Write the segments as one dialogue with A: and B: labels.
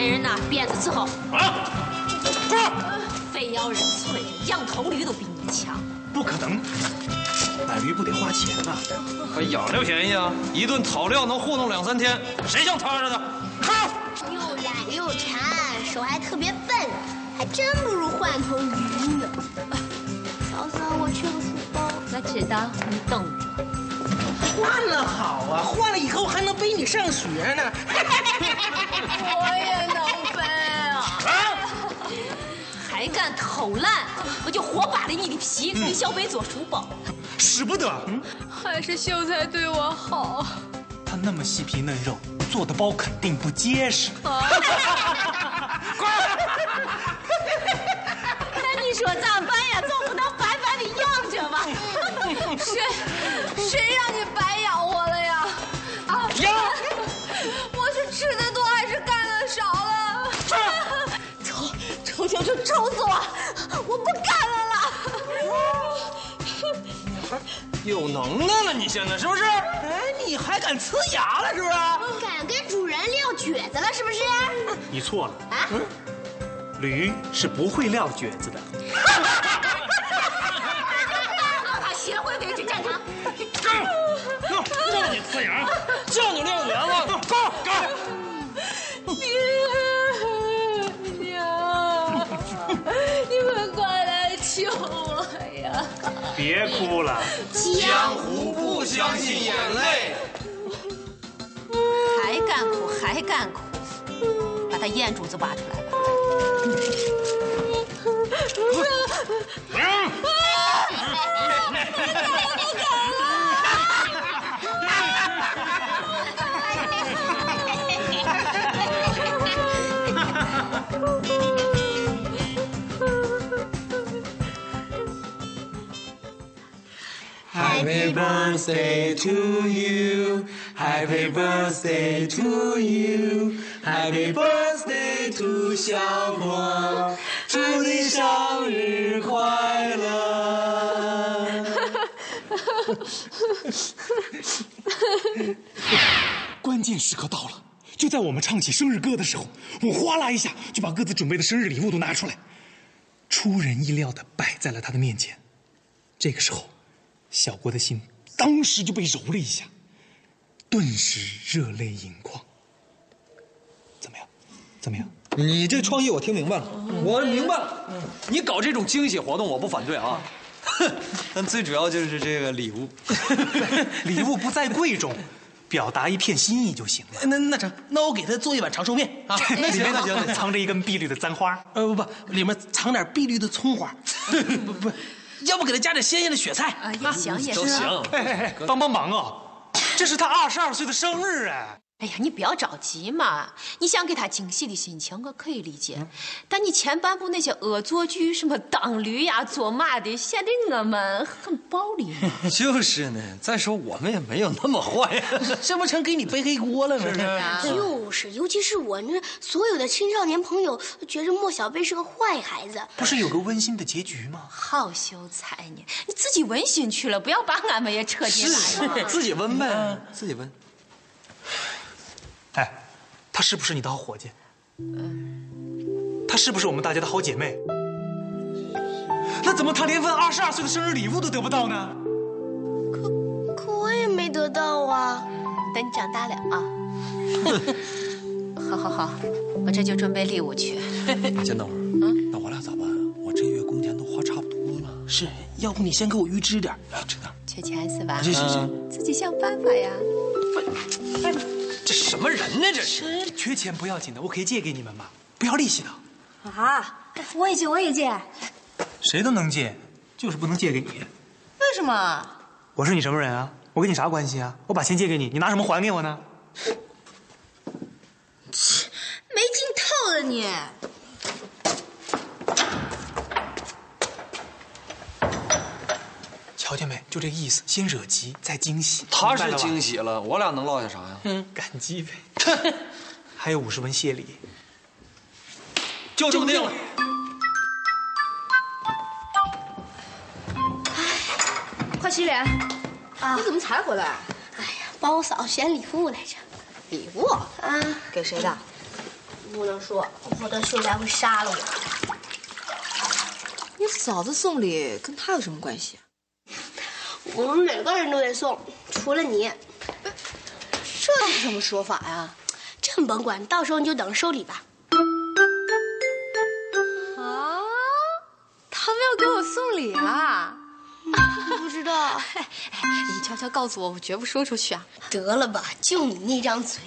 A: 人呐，鞭子伺候，
B: 啊！不是，
A: 呃非要人催，养头驴都比你强。
B: 不可能，买驴不得花钱
C: 啊
B: 呐、
C: 可养着便宜啊，一顿草料能糊弄两三天，谁像他似的？
B: 看，
D: 又懒又馋，手还特别笨，还真不如换头驴呢。嫂嫂，我去个书包。
A: 我知道，你等着。
E: 换了好啊，换了以后还能背你上学呢。
F: 我也能飞啊！
A: 还敢偷懒，我就活扒了你的皮，给小北做书包。
B: 使不得。
C: 嗯
F: 还是秀才对我好。
B: 他那么细皮嫩肉，做的包肯定不结实。
A: 那你说咋办呀？总不能白白的养着吧？
F: 谁谁让你白养我了呀？啊！我是吃的多还是干的少
A: 啊
F: 了？
A: 愁愁愁愁愁死我！我不干了啦！
C: 有能耐了，你现在是不是？
E: 哎，你还敢呲牙了是不是？
D: 敢跟主人撂蹶子了是不是？
B: 你错了，嗯
D: 啊，
B: 驴是不会撂蹶子的。
A: 让他学会为止战场。
B: 让你呲牙，
C: 叫你撂蹶子，
B: 干干！
F: 娘，你们快来救我呀！
B: 别哭了，
C: 江湖不相信眼泪。
A: 还敢哭，还敢哭，把他眼珠子挖出来吧！
D: 哎
G: Happy birthday to you. Happy birthday to you. Happy birthday to 小莫，祝你生日快乐！
B: 关键时刻到了。就在我们唱起生日歌的时候，我哗啦一下就把各自准备的生日礼物都拿出来，出人意料的摆在了他的面前。这个时候，小郭的心当时就被揉了一下，顿时热泪盈眶。怎么样？怎么样？
G: 你这创意我听明白了，
C: 我明白了，你搞这种惊喜活动我不反对 啊，哼但最主要就是这个礼物。
B: 礼物不在贵重，表达一片心意就行了。
E: 那那成，那我给他做一碗长寿面 啊。
B: 那
C: 行那行
B: 藏着一根碧绿的簪花。
E: 呃，不不，里面藏点碧绿的葱花。 不不，要不给他加点鲜艳的雪菜。
A: 啊，也行也
C: 都
A: 行。
C: 行，
B: 哎哎哎，帮帮忙啊！这是他二十二岁的生日哎。
A: 哎呀，你不要着急嘛，你想给他惊喜的心情我可以理解，但你前半部那些恶作剧，什么当驴呀、做马的，显得我们很暴力。
C: 就是呢。再说我们也没有那么坏、
E: 这不成给你背黑锅了吗？
D: 就是，尤其是我那所有的青少年朋友，觉着莫小贝是个坏孩子。
B: 不是有个温馨的结局吗？
A: 好秀才呢，你自己温馨去了，不要把俺们也扯进来了。
C: 自己温
B: 嗯
C: 呗，自己温。
B: 哎，她是不是你的好伙计？她是不是我们大家的好姐妹？那怎么她连份二十二岁的生日礼物都得不到呢？
D: 可我也没得到啊。
A: 等你长大了啊。 好好好，我这就准备礼物去。
G: 哎先等会儿，那我俩咋办啊？我这月工钱都花差不多了，哎
E: 是，要不你先给我预支点儿。
G: 这点
A: 缺钱是吧？嗯
E: 行行行。
A: 自己想办法呀。
C: 这什么人呢？这是
B: 缺钱不要紧的，我可以借给你们嘛，不要利息的。
F: 啊，我也借，我也借。
B: 谁都能借，就是不能借给你。
F: 为什么？
B: 我是你什么人啊？我跟你啥关系啊？我把钱借给你，你拿什么还给我呢？
F: 没劲透了你！
B: 瞧见没？就这个意思，先惹急，再惊喜。
C: 他是
B: 明白了吧嗯
C: 惊喜了，我俩能落下啥呀？
B: 感激呗。 还有五十文谢礼。
C: 就这么定了。
F: 快洗脸！啊，你怎么才回来？
D: 哎呀，帮我嫂选礼物来着。
F: 礼物
D: 啊，
F: 给谁的？
D: 不能说，否则秀才会杀了我。
H: 你嫂子送礼跟他有什么关系啊？
D: 我们每个人都得送，除了你。
H: 这是什么说法呀？
D: 这甭管，到时候你就等收礼吧。
F: 啊，他们要给我送礼啦！
A: 啊
D: 不知道，
H: 你悄悄告诉我，我绝不说出去啊！
D: 得了吧，就你那张嘴，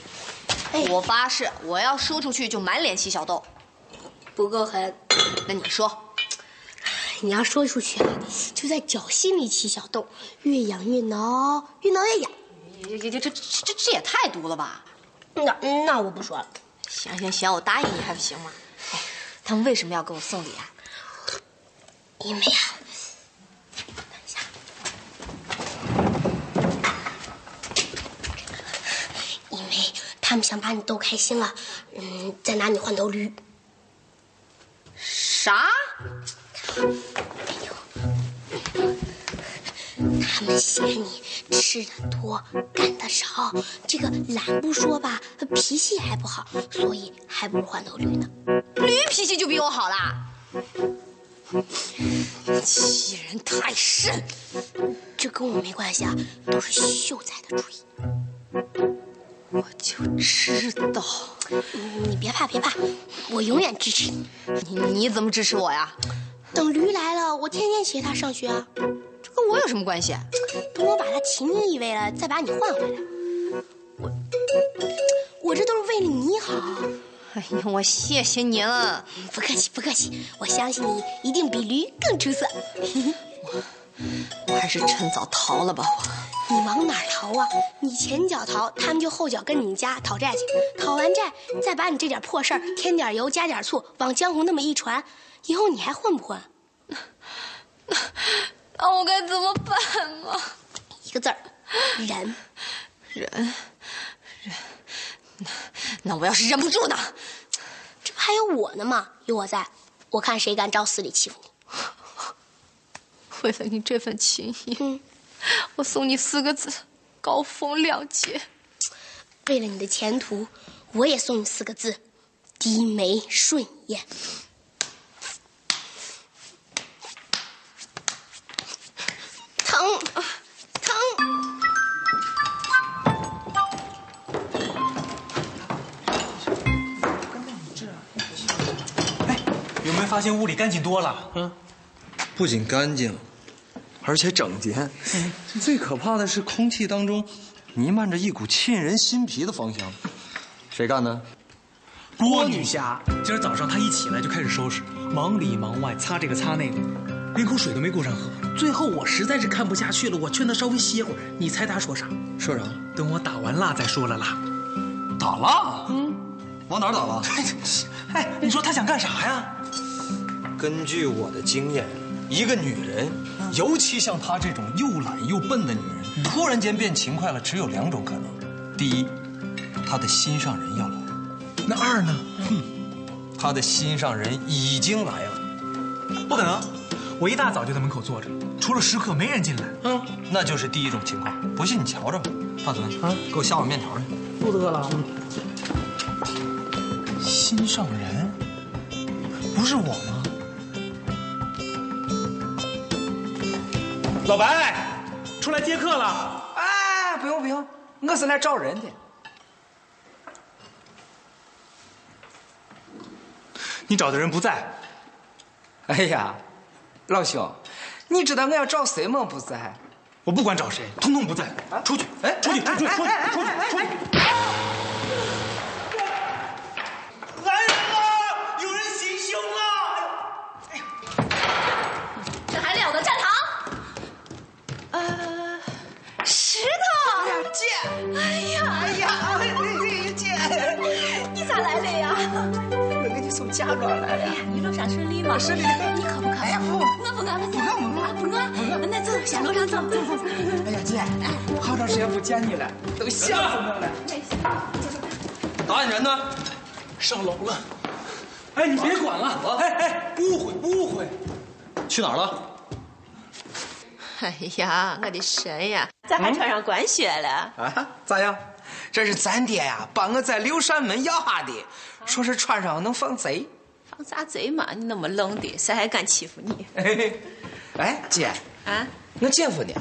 D: 哎
H: 我发誓，我要说出去就满脸起小痘。
D: 不够狠。
H: 那你说，
D: 你要说出去啊，就在脚心里起小洞，越痒越挠，越挠越痒。
H: 这这这这这这也太毒了吧？
D: 那那我不说了，
H: 行行行，我答应你还不行吗？哎，他们为什么要给我送礼啊？
D: 因为啊，等一下，因为他们想把你逗开心了，嗯，再拿你换头驴。
H: 啥？
D: 他们嫌你吃的多，干的少，这个懒不说吧，脾气还不好，所以还不如换头驴呢。
H: 驴脾气就比我好啦？欺人太甚！
D: 这跟我没关系啊，都是秀才的主意。
H: 我就知道
D: 嗯你别怕，别怕，我永远支持你。
H: 你你怎么支持我呀？
D: 等驴来了，我天天骑它上学啊。
H: 这跟我有什么关系？
D: 等我把它骑腻一位了，再把你换回来。我我这都是为了你好，
H: 哎呀，我谢谢您了。
D: 不客气不客气，我相信你一定比驴更出色。
H: 我还是趁早逃了吧。
D: 你往哪儿逃啊？你前脚逃，他们就后脚跟你家讨债去。讨完债，再把你这点破事儿添点油加点醋，往江湖那么一传，以后你还混不混？
F: 那我该怎么办呢？
D: 一个字儿，忍。
H: 那我要是忍不住呢？
D: 这不还有我呢吗？有我在，我看谁敢朝死里欺负你。
F: 为了你这份情谊，我送你四个字：高风亮节。
D: 为了你的前途，我也送你四个字：低眉顺眼。疼，疼！
B: 有没有发现屋里干净多了？嗯，
C: 不仅干净，而且整洁。最可怕的是，空气当中弥漫着一股沁人心脾的芳香。谁干的？
B: 郭女侠，今儿早上她一起来就开始收拾，忙里忙外，擦这个擦那个，连口水都没顾上喝。
E: 最后我实在是看不下去了，我劝他稍微歇会儿。你猜他说啥？
C: 社长，
B: 等我打完蜡再说了啦。
C: 打蜡？嗯，往哪儿打蜡？
B: 哎，你说他想干啥呀？
C: 根据我的经验，一个女人，尤其像她这种又懒又笨的女人，突然间变勤快了，只有两种可能：第一，她的心上人要来；嗯
B: 那二呢？
C: 她的心上人已经来了，
B: 不可能，我一大早就在门口坐着，除了食客没人进来。
C: 那就是第一种情况。不信你瞧着吧，大嘴啊，给我下碗面条来。
B: 心上人，不是我吗？老白，出来接客了。
I: 哎，不用不用，我是来找人的。
B: 你找的人不在，
I: 哎呀，老兄，你知道我要找谁吗？不是？
B: 我不管找谁，通通不在。出去，哎，出去，出去，出去，出去，出去。来人了，有人行凶啊了！
F: 这还了得战堂？呃，石头。
I: 哎呀，姐！哎呀，哎呀，哎哎姐！
F: 你咋来了呀？
I: 我给你送嫁妆
H: 哎
I: 来了。
F: 一路上顺利吗？顺利。你渴不渴？
I: 哎呀，不，
F: 我不饿，不饿，不饿，不
H: 啊
F: 饿。那走，下楼上走，走走走。
I: 哎呀，姐，好长时间不见你了，都想死我了。
C: 答案人呢？
B: 上楼了。哎，你别管了。哎哎，不误会，不误会。
C: 去哪儿了？
A: 哎呀，我的神呀，咋还扯上官靴了？
C: 啊，咋样？
I: 这是咱爹呀，把我在刘山门要下的，说是船上能放贼。
A: 放啥贼嘛？你那么愣的，谁还敢欺负你？
I: 哎，姐，
A: 啊，
I: 我姐夫呢？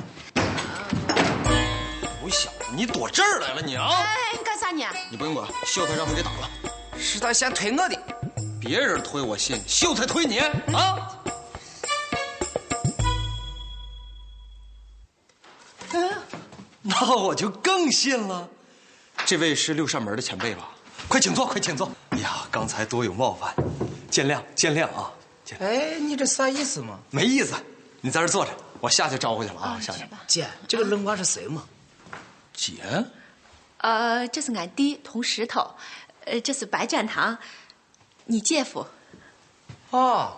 C: 不小子，你躲这儿来了你啊！
A: 哎，你干啥呢？
C: 你不用管，秀才让他给打了，
I: 是他先推我的。
C: 别人推我信，秀才推你啊！哎那我就更信了。这位是六扇门的前辈吧？快请坐，快请坐。哎呀，刚才多有冒犯，见谅见谅啊，见谅。
I: 哎，你这啥意思嘛？
C: 没意思，你在这儿坐着，我下去招呼去了啊，下去。
I: 姐，这个愣娃是谁嘛？
C: 姐，
A: 呃，这是俺弟童石头，呃，这是白展堂，你姐夫。
I: 哦，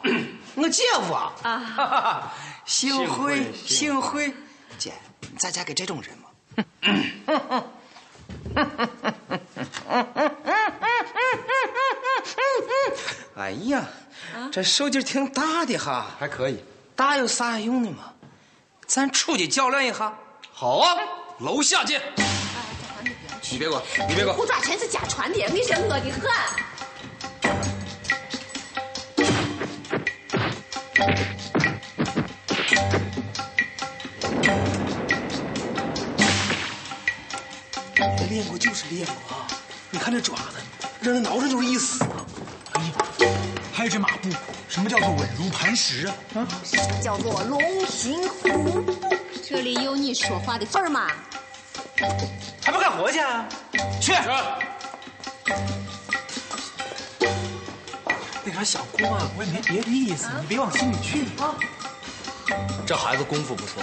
I: 我姐夫啊！啊，
C: 幸
I: 幸
C: 会
I: 会幸会，姐，咱家给这种人嘛。 哎呀，这手劲儿挺大的哈，
C: 还可以。
I: 大有啥用呢嘛？咱出去较量一下。
C: 好啊，楼下见。你别管，你别管。
A: 胡抓全是家传的，你说我的很。
E: 练过就是练过啊！你看这爪子，让人挠着就是一死啊！
B: 哎呀，还有这马步，什么叫做稳如磐石啊？
H: 叫做龙行虎步。
A: 这里有你说话的份儿吗？
E: 还不干活去啊？去！
C: 啊
E: 那啥小姑啊，
B: 我也没哎别的意思，你别往心里去啊。
C: 这孩子功夫不错，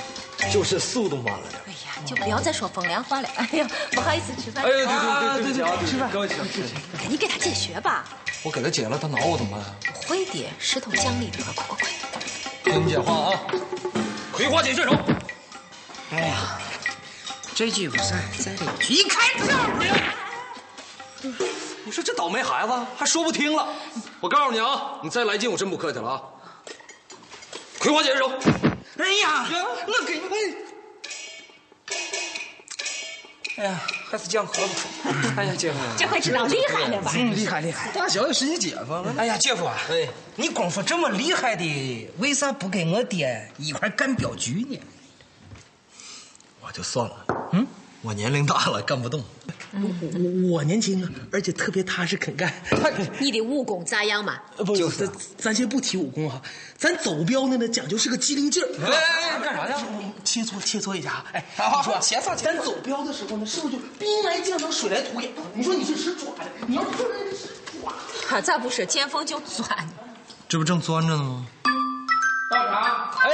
C: 就是速度慢了点。
A: 哎呀，就不要再说风凉话了。哎呀，不好意思，吃饭。
C: 哎呀，对对对对不起啊，对不起，各位请。
A: 赶紧给他解学吧。
C: 我给他解了，他挠我怎么办啊？
A: 会的，石头讲理的，快快快！
C: 听姐话啊，葵花点穴手。
I: 哎呀，这局不算，咱这局一开票
C: 你说这倒霉孩子还说不听了。我告诉你啊，你再来劲，我真不客气了啊。葵花点穴手。
I: 哎呀，我给哎，哎呀，还是讲合吧。哎呀，姐夫，哎
A: 这回知道厉害了吧？
I: 厉害厉害！
C: 大小也是你姐夫了。
I: 哎呀，姐夫啊，
C: 哎
I: 你功夫这么厉害的，为啥不跟我爹一块儿干镖局呢？
C: 我就算了，嗯，我年龄大了，干不动。
E: 我年轻啊，而且特别踏实肯干。
A: 你的武功咋样嘛？
E: 呃不，咱咱先不提武功啊，咱走镖呢，讲究是个机灵劲儿。
I: 哎，干啥去？
E: 切磋切磋一下啊！哎，
I: 好
E: 你说啊
I: 切磋切磋
E: 咱走镖的时候呢，是不是就兵来将挡，水来土掩？你说你是使爪子，你要碰人是爪子。
A: 他咋不说见风就钻？
C: 这不正钻着呢吗？
I: 哎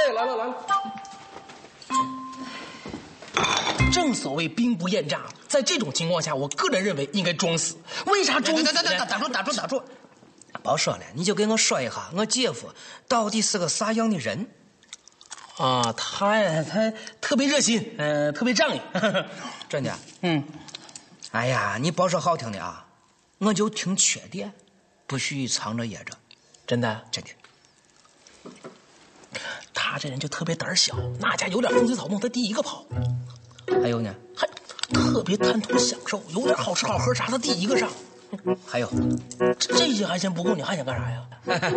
E: 正所谓兵不厌诈，在这种情况下，我个人认为应该装死。为啥装死？
I: 等等等等打住打住打住！别说了，你就给我说一下，我姐夫到底是个啥样的人？
E: 啊，他呀，他特别热心，嗯、特别仗义。
I: 真的？
E: 嗯，
I: 哎呀，你别说好听的啊，我就听缺点，不许藏着掖着，
E: 真的，
I: 真的。
E: 他这人就特别胆儿小，哪家有点风吹草动，他第一个跑，
I: 还有呢？
E: 还特别贪图享受，有点好吃好喝啥，他第一个上。
I: 还有，
E: 这这些还嫌不够，你还想干啥呀？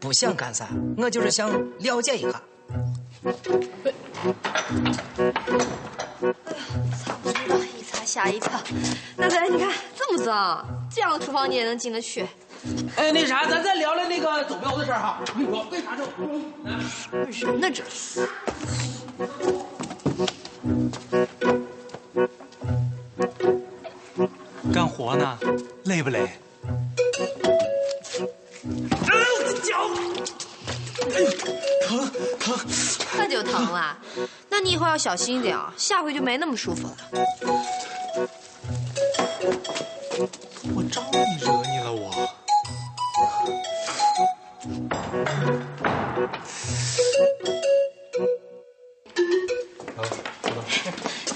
I: 不想干啥，我就是想了解一下。
H: 哎
F: 一茬吓一跳。大哥，你看这么脏，这样的厨房你也能进得去？
E: 哎，那啥，咱再聊聊那个走镖的事儿哈。我跟你说，为啥这？
F: 这是什么呢？这是。
B: 干活呢，累不累？
F: 这就疼了。那你以后要小心一点啊，下回就没那么舒服了。
B: 我招你惹你了我？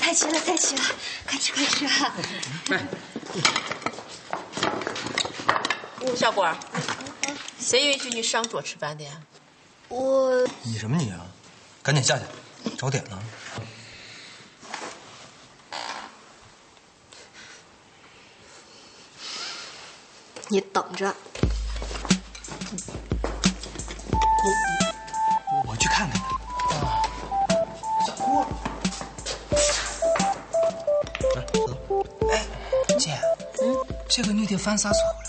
F: 太齐了，太齐了，快吃快吃啊！
A: 小果儿，谁允许你上桌吃饭的呀？
D: 我
C: 你什么你啊？赶紧下去，找点呢。
H: 你等着，
B: 我去看看他。
I: 哎
E: 姐，这个你得犯啥错了？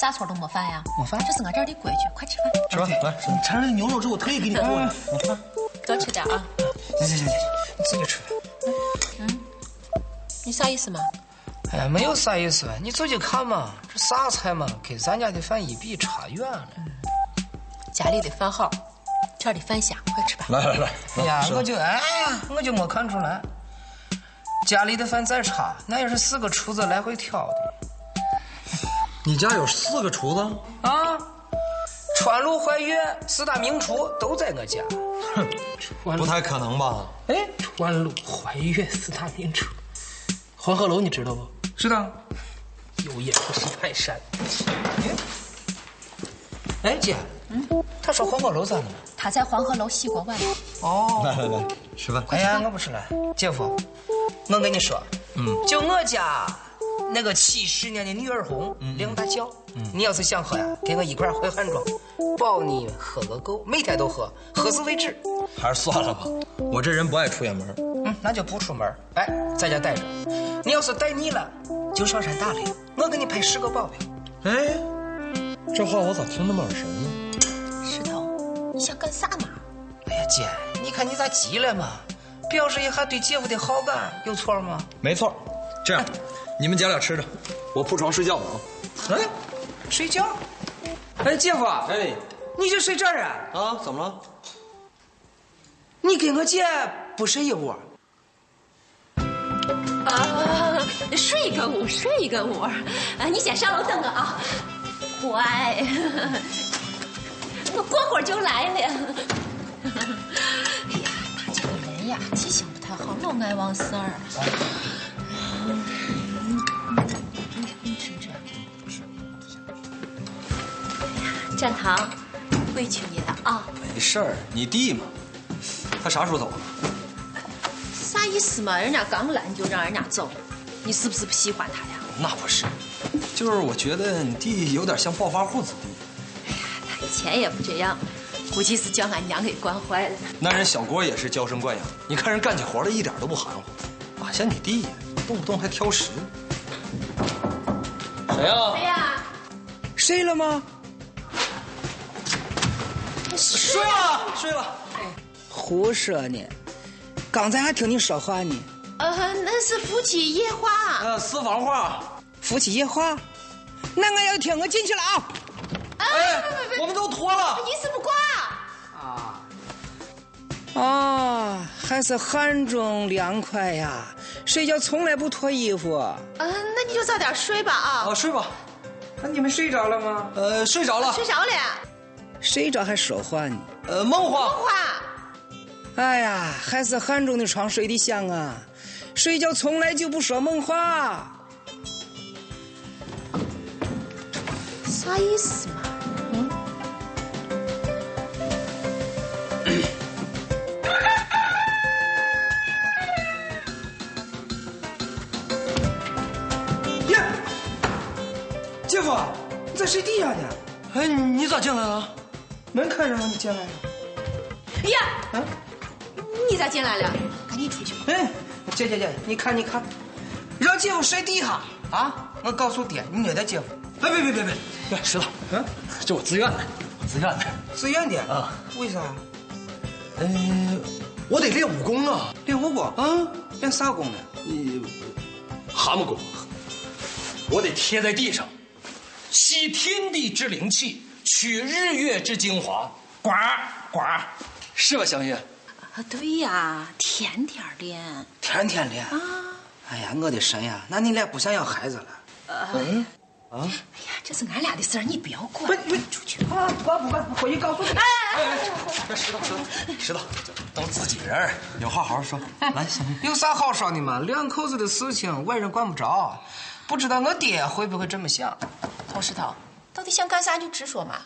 A: 啥错都没犯呀，
E: 没犯
A: 这是俺这儿的规矩。快吃饭，
E: 是吧？
I: 哎
E: 来，你尝尝牛肉之后，我特意给你做的。
A: 多吃点啊。
E: 行行行行，你自己吃吧。
A: 你啥意思嘛？
I: 哎呀，没有啥意思，你自己看嘛，这啥菜嘛，跟咱家的饭一比差远了。
A: 家里的饭好，这儿的饭香，快吃吧。
C: 来来来，
I: 哎呀，我就哎呀，我就没看出来，家里的饭再差，那也是四个厨子来回挑的
C: 你家有四个厨子？
I: 啊。川鲁淮粤四大名厨都在我家。
E: 川
C: 不
E: 鲁，
C: 太可能吧？
E: 哎，川鲁淮粤四大名厨，黄鹤楼你知道不？
I: 是的，
E: 有眼不识泰山。
I: 哎姐，他说黄鹤楼咋了？
A: 他在黄鹤楼西瓜湾。
I: 哦，
C: 来来来，吃饭。
I: 哎呀，我不是了，姐夫，我跟你说，嗯，就我家那个七十年的女儿红梁大窖，你要是想喝呀，跟我一块儿回汉庄，保你喝个够，每天都喝，喝死为止。
C: 还是算了吧，我这人不爱出远门。
I: 嗯，那就不出门儿，哎，在家待着。你要是待腻了，就上山打猎，我给你派十个保镖。
C: 哎，这话我咋听那么耳熟呢？
A: 石头，你想干啥嘛？
I: 哎呀，姐，你看你咋急了嘛？表示一下对姐夫的好感，有错吗？
C: 没错，这样，你们姐俩吃着，我铺床睡觉了啊。
I: 哎，睡觉？哎，姐夫，
C: 哎，
I: 你就睡这儿啊？
C: 啊，怎么了？
I: 你跟我姐不睡一屋？
A: 啊，睡一个屋，睡一个屋。啊，你先上楼等我啊。乖，我过会儿就来了。哎呀，他这个人呀，记性不太好，老爱忘事儿。你听这，战堂，委屈你了啊。
C: 没事儿，你弟嘛，他啥时候走啊？
A: 啥意思嘛？人家刚来你就让人家走，你是不是不喜欢他呀？
C: 那不是，就是我觉得你弟有点像暴发户子弟。
A: 以前也不这样，估计是叫俺娘给惯坏了。
C: 那人小郭也是娇生惯养，你看人干起活来一点都不含糊，哪像你弟呀，动不动还挑食。谁啊呀、
A: 哎呀，
I: 睡了吗？
C: 睡了，睡了。
I: 胡说呢，刚才还听你说话呢。
A: 呃，那是夫妻夜话。
C: 呃，私房话，
I: 夫妻夜话，那我要听，我进去了啊。
C: 哎，我们都脱了。
A: 一丝不挂。
I: 啊，还是汉中凉快呀！睡觉从来不脱衣服。
A: 嗯、那你就早点睡吧啊。
C: 啊，睡吧。
I: 那你们睡着了吗？
C: 呃，睡着了。
A: 睡着了，
I: 睡着还说话呢。
C: 呃，梦话。
A: 花。
I: 哎呀，还是汉中的床睡得香啊！睡觉从来就不说梦话。
A: 啥意思嘛？嗯
I: 呀，姐夫，你咋睡地下呢？
C: 哎，你咋进来了？
I: 门开着吗？你进来了？
A: 哎呀，
I: 嗯
A: 你咋进来了？赶紧出去吧。
I: 哎，姐姐姐，你看你看，让姐夫睡地下啊！我告诉爹，你虐待姐夫，
C: 哎，别别别别，别石头，嗯，这我自愿的，我自愿的。
I: 自愿的
C: 啊？
I: 为啥？
C: 呃，我得练武功啊，
I: 练武功啊？
C: 嗯，
I: 练啥功呢？
C: 蛤蟆功，我得贴在地上，吸天地之灵气，取日月之精华，呱呱，是吧，香叶？
A: 啊，对呀，天天练。
I: 天天练。哎呀，我的神呀！那你俩不想要孩子了？
A: 哎呀，这是俺俩的事儿，你不要管。出去。
I: 啊，不管不管，回去告诉你。
C: 石头，石头，石头，都自己人儿，有话好好说。来，香叶。
I: 有啥好说的嘛？两口子的事情，外人管不着。不知道我爹会不会这么想？
A: 王石头，到底想干啥你就直说嘛。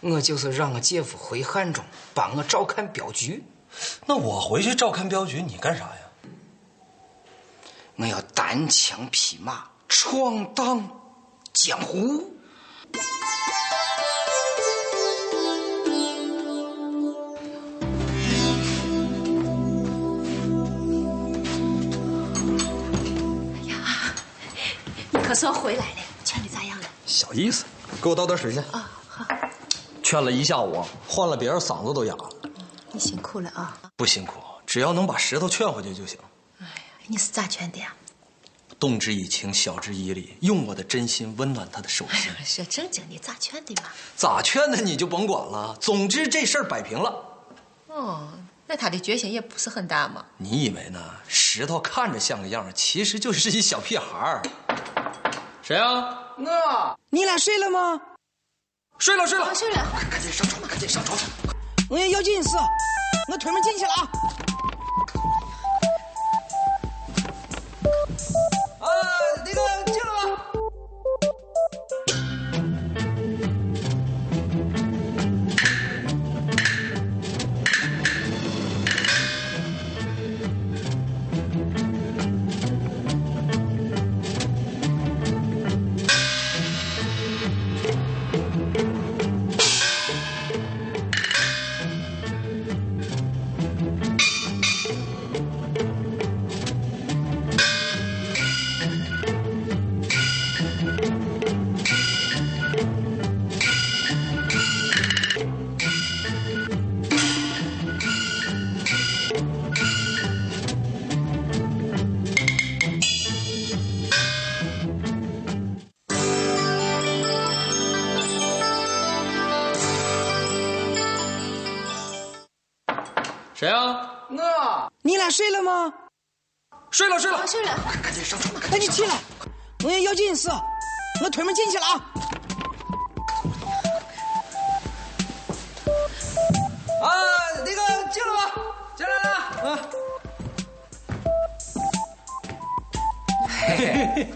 I: 我就是让我姐夫回汉中帮我照看镖局，
C: 那我回去照看镖局，你干啥呀？
I: 我要单枪匹马闯荡江湖。
A: 算回来了，劝你咋样了？
C: 小意思，给我倒点水去。啊，劝了一下午，换了别人嗓子都哑了。
A: 你辛苦了啊！
C: 不辛苦，只要能把石头劝回去就行。
A: 哎你是咋劝的呀？
C: 动之以情，晓之以理，用我的真心温暖他的手心。
A: 说正经的，咋劝的嘛？
C: 咋劝的你就甭管了。总之这事儿摆平了。
A: 哦，那他的决心也不是很大嘛。
C: 你以为呢？石头看着像个样儿，其实就是一小屁孩儿。谁啊？
J: 我，
K: 你俩睡了吗？
C: 睡了睡了。
A: 睡了，
C: 赶紧上床吧，赶紧上床去。
K: 我也要紧事，我推门进去了啊！
J: 呃，那个进来吧。
C: 谁啊？
J: 我，
K: 你俩睡了吗？
C: 睡了睡了。
A: 睡了，
K: 那你起来，我也要紧事，我推门进去了啊！
J: 啊，那个进来吧，进来了。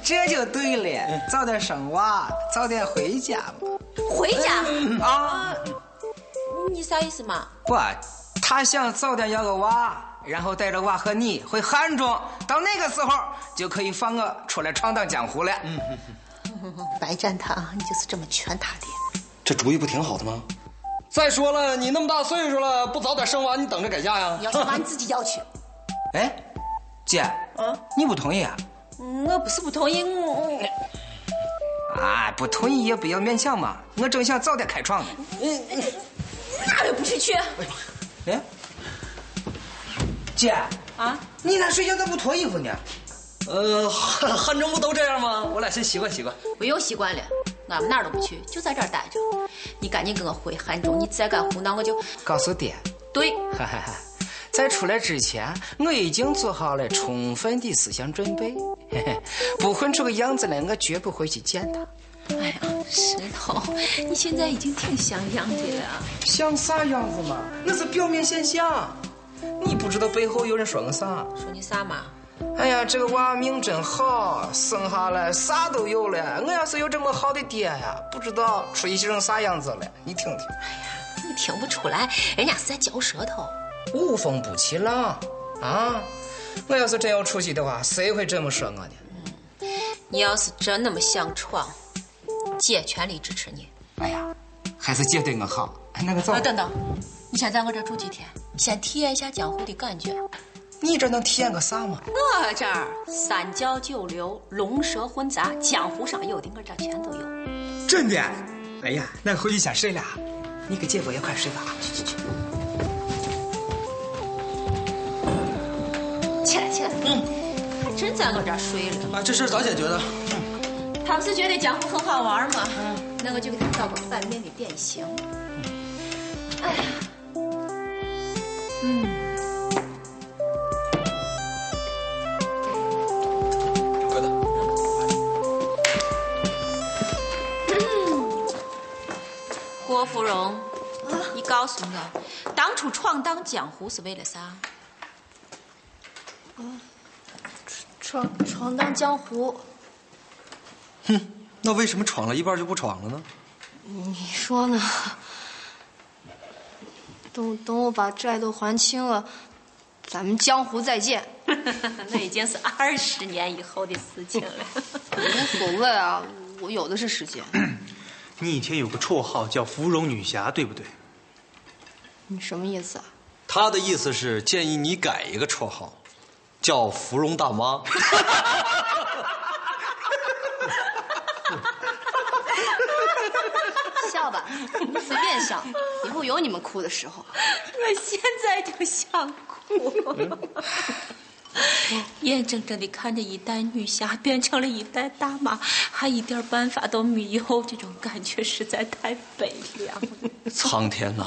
I: 这就对了，早点生娃，早点回家嘛。
A: 回家？
I: 啊，
A: 呃你啥意思嘛？
I: 不，他想早点要个娃，然后带着娃和你回汉中，到那个时候就可以放我出来闯荡江湖了。
A: 白占他啊！你就是这么劝他的。
L: 这主意不挺好的吗？
C: 再说了，你那么大岁数了，不早点生娃，你等着改嫁呀
A: 你？要是娃，你自己要去。
I: 哎，姐，
C: 嗯
I: 你不同意啊？
A: 我不是不同意，我我
I: 啊，不同意也不要勉强嘛，我正想早点开创呢。
A: 哪也不许去。
I: 哎，姐，
A: 啊，
I: 你咋睡觉咋不脱衣服呢？
C: 呃，汉汉中不都这样吗？我俩先习惯习惯。
A: 不用习惯了，俺们哪儿都不去，就在这儿待着。你赶紧跟我回汉中，你再敢胡闹，我就
I: 告诉爹，
A: 对。
I: 哈哈哈，在出来之前，我已经做好了充分的思想准备。嘿嘿，不混出个样子来，我绝不会去见他。
A: 哎呀，石头，你现在已经挺像样的了。
I: 像啥样子嘛？那是表面现象。你不知道背后有人说我啥？
A: 说你啥嘛？
I: 哎呀，这个娃命真好，生下来啥都有了。我要是有这么好的爹呀，不知道吹成啥样子了。你听听，
A: 你听不出来，人家是在嚼舌头。
I: 无风不起浪啊！我要是真有出息的话，谁会这么说我呢？
A: 你要是真那么想闯，姐全力支持你。
I: 哎呀，还是姐对我好。哎，那个走
A: 啊，，等等，你先在我这儿住几天，先体验一下江湖的感觉。
I: 你这能体验个啥嘛？
A: 我这儿三教九流、龙蛇混杂，江湖上有的我这儿全都有。
L: 真的？哎呀，那回去想睡了。
I: 你给姐夫也快睡吧。
A: 起来，起来，嗯，还真在我这儿睡了。
C: 啊，这事儿咋解决的？
A: 他不是觉得江湖很好玩吗？那我就给他找个反面的典型。哎呀，嗯
C: 快点。
A: 郭芙蓉，你告诉我，当初闯荡江湖是为了啥？
H: 闯闯荡江湖，
C: 那为什么闯了一半就不闯了呢？
H: 你说呢？ 等等，我把债都还清了，咱们江湖再见。
A: 那已经是二十年以后的事情了。
H: 无所谓啊，我有的是时间。
B: 你以前有个绰号叫芙蓉女侠，对不对？
H: 你什么意 思啊？
C: 他的意思是建议你改一个绰号，叫芙蓉大妈。
A: 笑，以后有你们哭的时候。
H: 啊
M: 我现在就想哭。
H: 嗯
M: 眼睁睁的看着一代女侠变成了一代大妈，还一点办法都没有，这种感觉实在太悲凉了。
C: 苍天呐、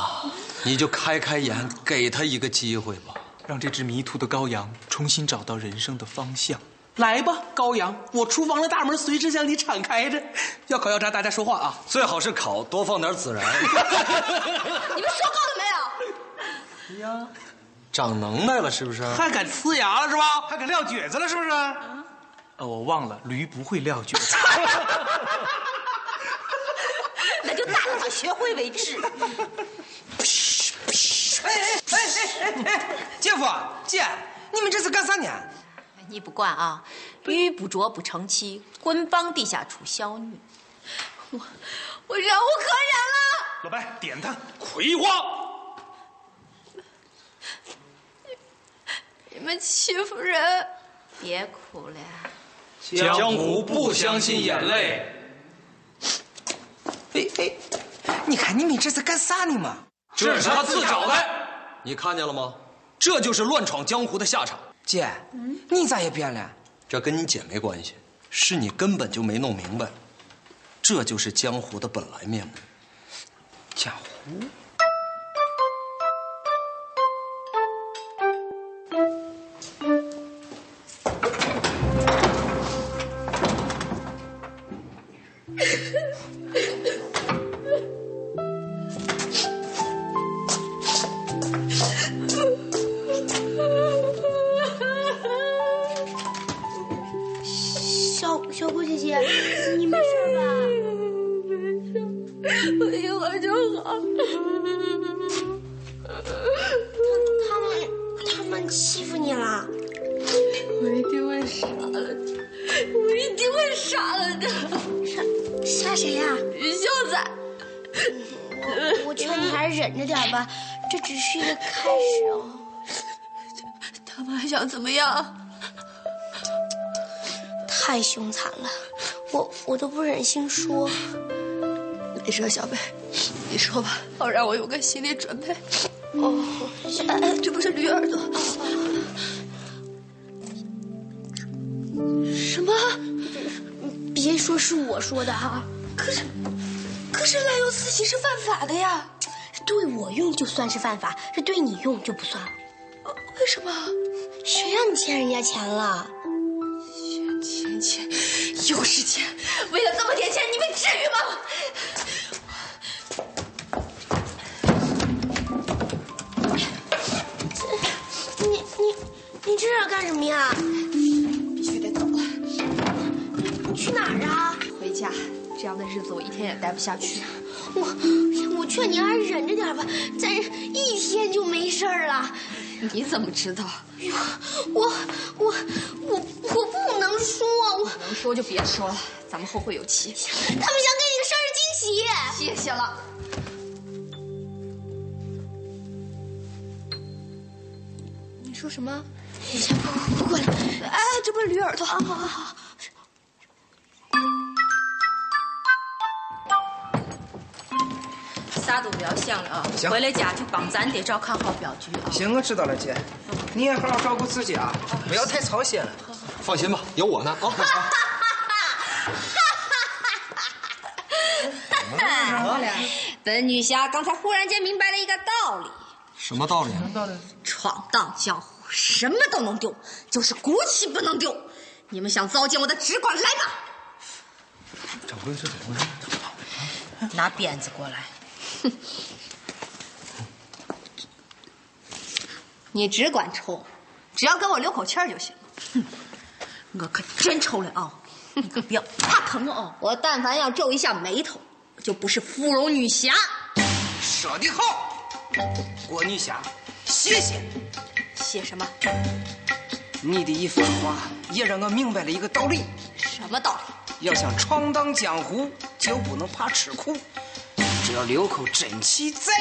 C: 你就开开眼，给他一个机会吧。
B: 让这只迷途的羔羊重新找到人生的方向。来吧，羔羊，我厨房的大门随时向你敞开着。要烤要炸，大家说话啊！
C: 最好是烤，多放点孜然。
H: 你们说够了没有？呀，
C: 长能耐了是不是？
B: 还敢呲牙了是吧？还敢撂蹶子了是不是？呃，我忘了，驴不会撂蹶子。
A: 那就打到学会为止。
I: 哎哎哎哎哎，姐夫姐，你们这是干啥呢？
M: 你不管啊，玉不琢不成器，棍棒底下出孝女。我
H: 我忍无可忍了。
B: 老白，点他，葵花。
H: 你们欺负人！
M: 别哭了，
C: 江湖不相信眼泪。
I: 哎哎，你看你们这是干啥呢嘛？
C: 这是他自找的，你看见了吗？这就是乱闯江湖的下场。
I: 姐，你咋也变了？
C: 这跟你姐没关系，是你根本就没弄明白，这就是江湖的本来面目。
I: 江湖，
D: 小小顾姐姐，你没事吧？
H: 我一会儿就好。
D: 他们他们欺负你了，
H: 我一定会杀了他，我一定会杀了他。
D: 杀杀谁呀、
H: 于秀才，
D: 我我劝你还是忍着点吧，这只是一个开始哦。
H: 他们还想怎么样？
D: 太凶残了，我我都不忍心说。
H: 你说，小贝，你说吧，好让我有个心理准备。
D: 哦，哎哎
H: 这不是驴耳朵？什么？
D: 别说是我说的哈、
H: 可是，可是滥用私刑是犯法的呀！
D: 对我用就算是犯法，这对你用就不算了。
H: 哦为什么？
D: 谁让你欠人家钱了？
H: 钱钱，又是钱！为了这么点钱，你们至于吗？
D: 你你你这是干什么呀？
H: 必须得走了，
D: 去哪儿啊？
H: 回家。这样的日子我一天也待不下去。
D: 我我劝你还是忍着点吧，再忍一天就没事儿了。哎
H: 你怎么知道？
D: 我我我我不能说，我
H: 能说就别说了，咱们后会有期。
D: 他们想给你个生日惊喜。
H: 谢谢了。
D: 你说什么？先不不过来，
H: 哎，这不是驴耳朵？好好好。
M: 啥都不要想了啊！
I: 行
M: 回了家就帮咱爹照看好镖局啊！
I: 行，我知道了，姐，你也好好照顾自己啊，不要太操心了。
C: 放心吧，有我呢啊！
A: 本女侠刚才忽然间明白了一个道理：
C: 什么道理？啊
A: 闯荡江湖什么都能丢，就是骨气不能丢。你们想糟践我的只管来吧！
C: 掌柜是怎么回事？
A: 拿鞭子过来。 你只管抽，只要给我留口气儿就行。哼，我可真抽了 啊！你可不要怕疼了啊！我但凡要皱一下眉头，我就不是芙蓉女侠。
I: 说得好，郭女侠，谢谢
A: 写什么？
I: 你的一番话，也让我明白了一个道理：
A: 什么道理？
I: 要想闯荡江湖，就不能怕吃苦，只要留口真气在。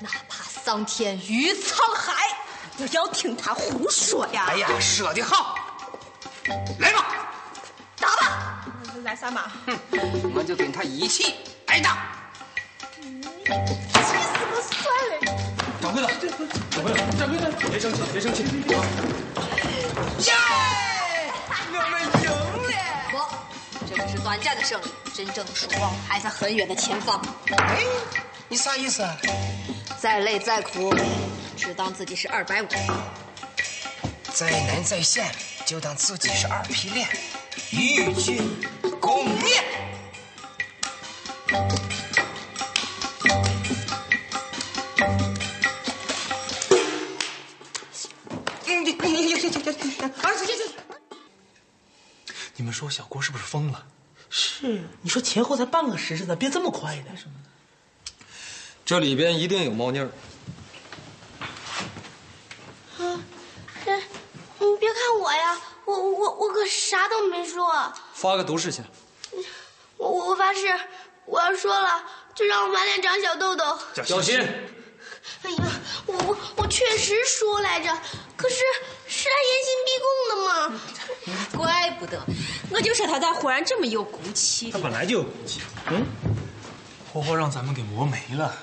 A: 哪怕桑田与沧海，不要听他胡说呀！
I: 哎呀，说得好，来吧，
A: 打吧！
M: 来三把。
I: 我就跟他一起挨打。
A: 气死
C: 掌柜的，掌柜的，掌柜的，别生气，别生气啊！
H: 耶！我们赢了！不，这只是短暂的胜利，真正的曙光还在很远的前方。哎，
I: 你啥意思啊？
H: 再累再苦，只当自己是二百五。
I: 再难再险，就当自己是二皮脸。欲擒故纵。嗯
B: 你们说小郭是不是疯了？
E: 是，你说前后才半个时辰呢，变这么快呢？
C: 这里边一定有猫腻儿。
D: 这，哎你别看我呀，我我我可啥都没说。
C: 发个毒誓去。
D: 我我发誓，我要说了，就让我满脸长小痘痘。
C: 小心！
D: 哎呀，我我我确实说来着，可是是他严刑逼供的嘛。
A: 怪不得，我就说他咋忽然这么有骨气
B: 他。本来就有骨气，嗯，活活让咱们给磨没了。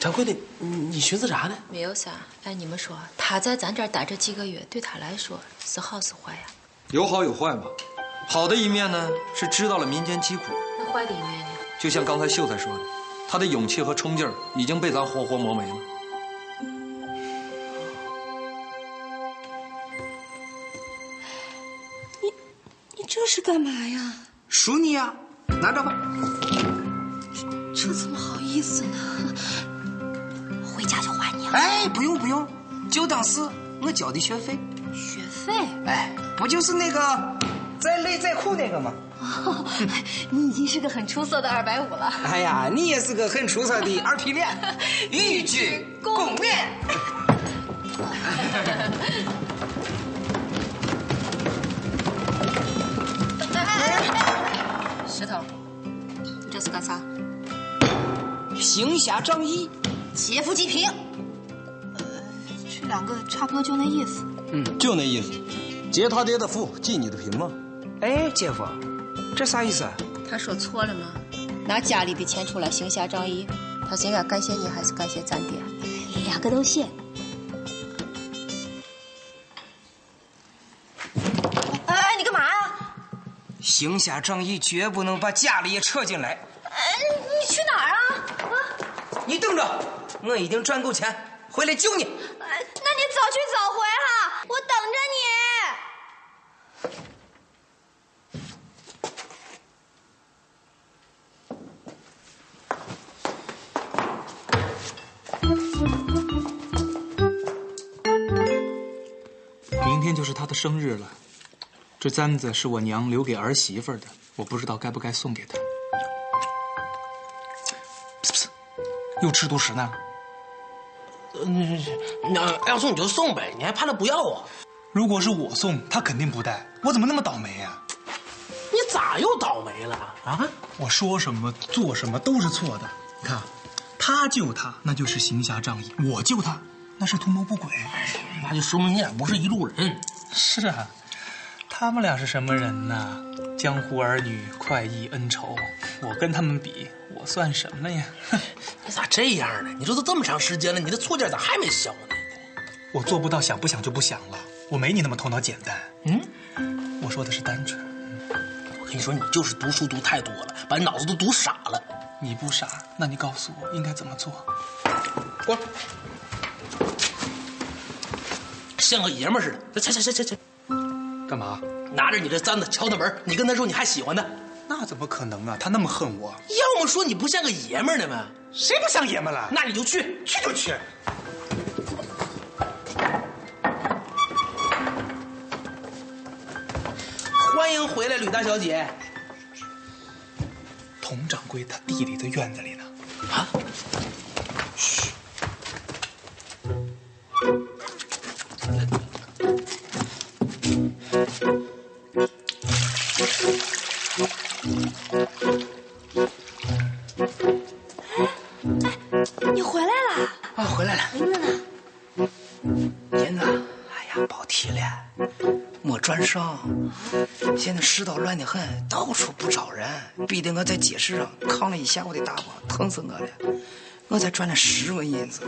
B: 掌柜的，你你寻思啥呢？
A: 没有啥，哎，你们说他在咱这儿待这几个月，对他来说是好是坏呀？
C: 有好有坏吧。好的一面呢，是知道了民间疾苦，
A: 那坏的一面呢？
C: 就像刚才秀才说的，他的勇气和冲劲儿已经被咱活活磨没了。
D: 你这是干嘛呀？
I: 数你呀，拿着吧。
D: 这怎么好意思呢？
I: 回家就还
D: 啊
I: 你。哎，不用不用，就当是我交的学费。
H: 学费？
I: 哎，不就是那个再累再苦那个吗？
H: 哦，
D: 哎
H: 你已经是个很出色的二百五了。
I: 哎呀，你也是个很出色的二皮脸， 欲举
H: 共面。石头，你这是干啥？
I: 行侠仗义，
H: 劫富济贫。呃，这两个差不多就那意思。
G: 嗯，就那意思，劫他爹的富，济你的贫嘛。
I: 哎，姐夫，这啥意思啊？
A: 他说错了吗？拿家里的钱出来行侠仗义，他是应该感谢你，还是感谢咱爹？
H: 两个都谢。哎哎，你干嘛呀？
I: 行侠仗义绝不能把家里也扯进来。
H: 哎，你去哪儿啊？啊，
I: 你等着，我一定赚够钱回来救你。
H: 哎那你早去早回哈，我等着你。
B: 明天就是他的生日了，这簪子是我娘留给儿媳妇儿的，我不知道该不该送给她。又吃独食呢？
E: 嗯，那要送你就送呗，你还怕他不要啊？
B: 如果是我送，他肯定不带。我怎么那么倒霉啊？
E: 你咋又倒霉了啊？
B: 我说什么做什么都是错的。你看，他救他那就是行侠仗义，我救他那是图谋不轨。
E: 那就说明你俩不是一路人。
B: 是啊，他们俩是什么人呢？江湖儿女，快意恩仇。我跟他们比，我算什么呀？
E: 你咋这样呢？你说都这么长时间了，你这错劲儿咋还没消呢？
B: 我做不到想不想就不想了，我没你那么头脑简单。嗯，我说的是单纯。
E: 我跟你说，你就是读书读太多了，把脑子都读傻了。
B: 你不傻，那你告诉我应该怎么做？
E: 滚！像个爷们儿似的，去去去去去，
B: 干嘛？
E: 拿着你这簪子敲他门儿，你跟他说你还喜欢他，
B: 那怎么可能啊？他那么恨我，
E: 要么说你不像个爷们儿呢嘛，
B: 谁不像爷们了？
E: 那你就去，
B: 去就去。
E: 欢迎回来，吕大小姐。
B: 佟掌柜他弟弟在院子里呢。
E: 啊？
D: 你回来啦？
I: 啊，回来了。银子，哎呀，跑题了，没转上。现在世道乱得很，到处不找人，逼得我在街市上扛了一下午的大包，疼死我了。我才赚了十文银子。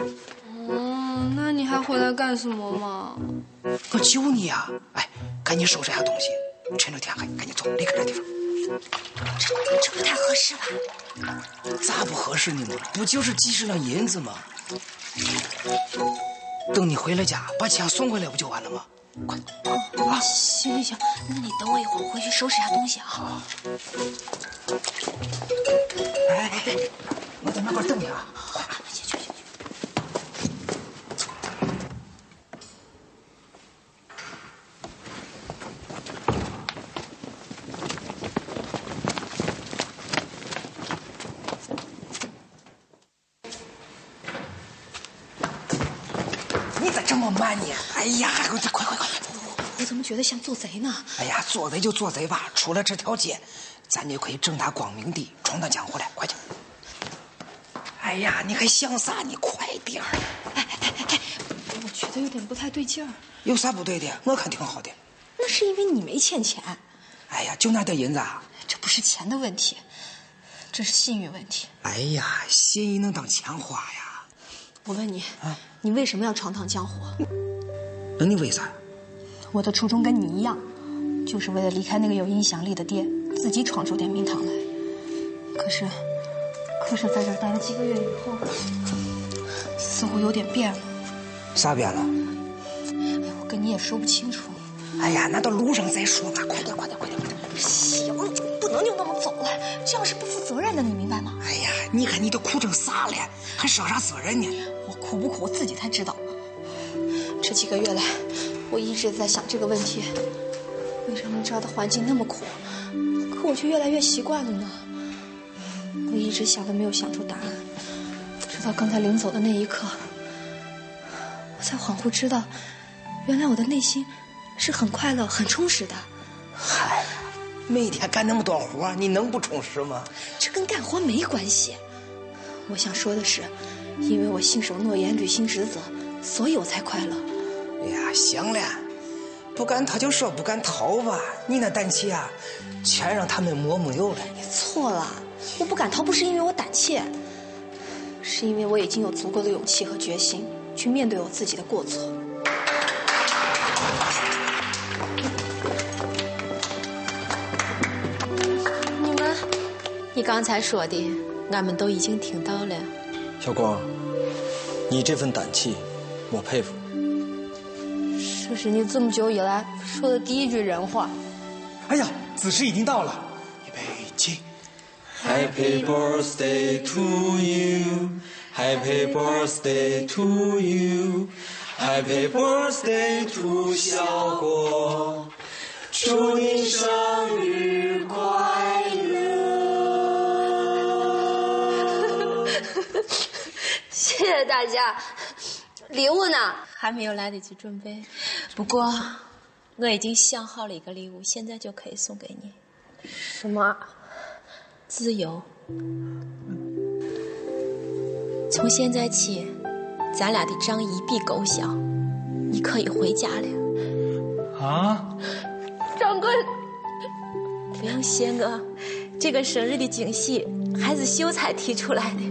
H: 哦，那你还回来干什么嘛？
I: 我救你呀、哎，赶紧收拾一下东西，趁着天黑，赶紧走，离开这地方。
N: 这这不太合适吧？
I: 咋不合适呢？不就是几十两银子吗？等你回了家，把钱送回来不就完了吗？
N: 啊，行行行，那你等我一会儿，我回去收拾下东西啊。
I: 哎哎哎，我在门口等你啊。
O: 你咋这么慢呢？哎呀，我这快快快！
D: 我怎么觉得像做贼呢？
I: 哎呀，做贼就做贼吧，出了这条街，咱就可以正大光明地闯荡江湖了。快去！哎呀，你还想啥？你快点儿！
D: 我觉得有点不太对劲儿。
I: 有啥不对的？我看挺好的。
D: 那是因为你没欠钱，
I: 哎呀，就那点银子啊！
D: 这不是钱的问题，这是信誉问题。
I: 哎呀，心意能当钱花呀？
D: 我问你，
E: 啊
D: 你为什么要闯荡江湖？
I: 那你为啥呀？
D: 我的初衷跟你一样，就是为了离开那个有影响力的爹，自己闯出点名堂来。可是，可是在这儿待了几个月以后，似乎有点变了，
I: 啥变了？
D: 我跟你也说不清楚。
I: 哎呀，那到路上再说吧，快点，快点，快点，快点！
D: 行，不能就那么走了，这样是不负责任的，你明白吗？
I: 哎呀，你看你都哭成啥了，还说啥责任呢？
D: 我苦不苦，我自己才知道。这几个月来，我一直在想这个问题：为什么这儿的环境那么苦，可我却越来越习惯了呢？我一直想都没有想出答案，直到刚才临走的那一刻，我才恍惚知道，原来我的内心是很快乐、很充实的。
I: 嗨，每天干那么多活，你能不充实吗？
D: 这跟干活没关系。我想说的是，因为我信守诺言、履行职责，所以我才快乐。
I: 哎呀，行了，不干他就说不干逃吧，你那胆气啊，全让他们磨没有了。
D: 错了，我不敢逃，不是因为我胆怯，是因为我已经有足够的勇气和决心去面对我自己的过错。
A: 你们，你刚才说的，俺们都已经听到了。
P: 小光，你这份胆气，我佩服。
H: 这是你这么久以来说的第一句人话。
B: 哎呀，子时已经到了，预备起。
C: Happy birthday to you. Happy birthday to you. Happy birthday to 小果，祝你生日快乐！
H: 谢谢大家，礼物呢？
A: 还没有来得及准备，不过我已经想好了一个礼物，现在就可以送给你。
H: 什么？
A: 自由。从现在起，咱俩的账一笔勾销，你可以回家了。
B: 啊，
A: 掌柜，不用谢我，这个生日的惊喜还是秀才提出来的。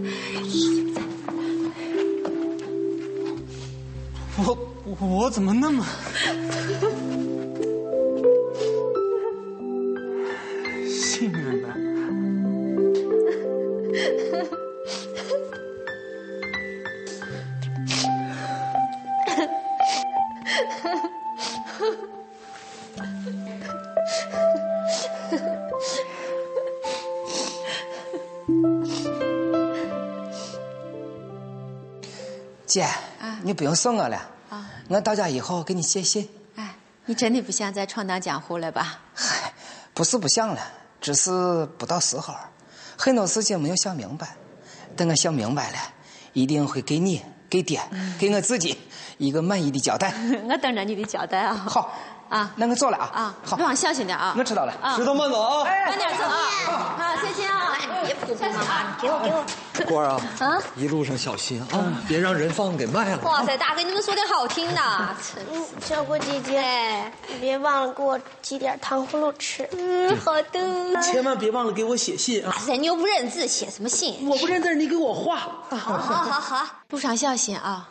B: 我我怎么那么……幸运呢？
I: 姐，
A: 啊
I: 你不用送我了，我到家以后给你写信。
A: 哎你真的不想再闯荡江湖了吧？
I: 不是不想了，只是不到时候，很多事情没有想明白。等我想明白了，一定会给你、给爹、
A: 嗯
I: 给我自己一个满意的 交代。
A: 我等着你的交代啊！
I: 好
A: 啊，
I: 那我走了啊！
A: 啊，路上小心点啊！
I: 我知道了
A: 啊
I: 石头慢走 啊
A: 慢点走啊！好，再见啊！
D: 别扑扑啊！给我，给我。
C: 官儿啊，
A: 啊！
C: 一路上小心啊，别让人贩子给卖了。
A: 哇塞，大哥，你能不能说点好听的？
Q: 嗯小郭姐姐，你别忘了给我寄点糖葫芦吃。
A: 嗯，好的
E: 千万别忘了给我写信啊
A: 哇！塞，你又不认字，写什么信？
E: 我不认字，你给我画。
D: 啊
A: 好好好，
R: 路上小心 啊！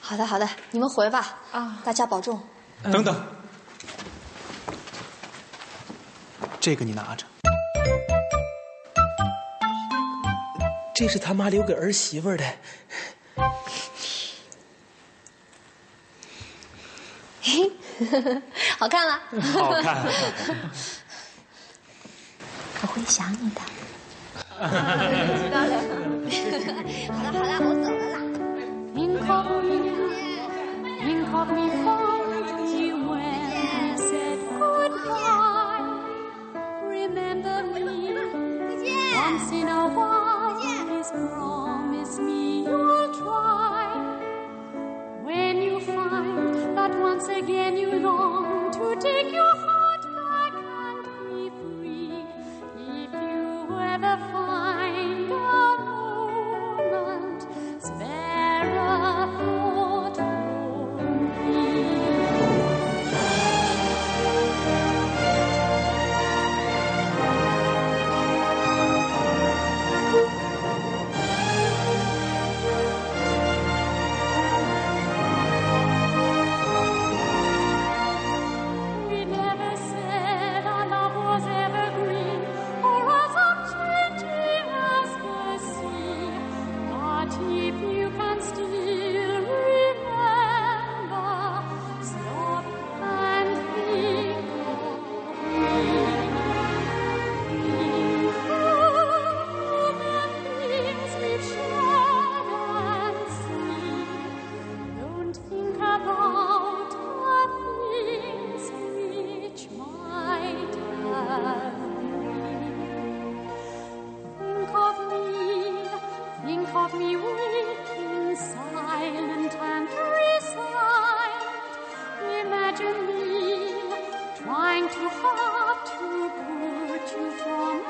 A: 好的好的，你们回吧。啊，大家保重。
B: 等等，
E: 嗯
B: 这个你拿着。
E: 这是他妈留给儿媳妇儿的，
A: 好看吗？
B: 好看。
A: 我会想你的。知道了。好了好了，我走了啦。
D: 明確面，明確面方，you when I said goodbye. Remember me once in a while. Please promise me you'll try. When you find that once again you long to take your heart back and be free, if you ever find a moment, spare a thought for me. We never said our love was evergreen or as unchanging as the sea. But if you can still remember, stop and think of me. Think of the things we've shared and seen. Don't think about the things which might have been. Think of me, think of me waking silent and resigned. Imagine me trying too hard to put you from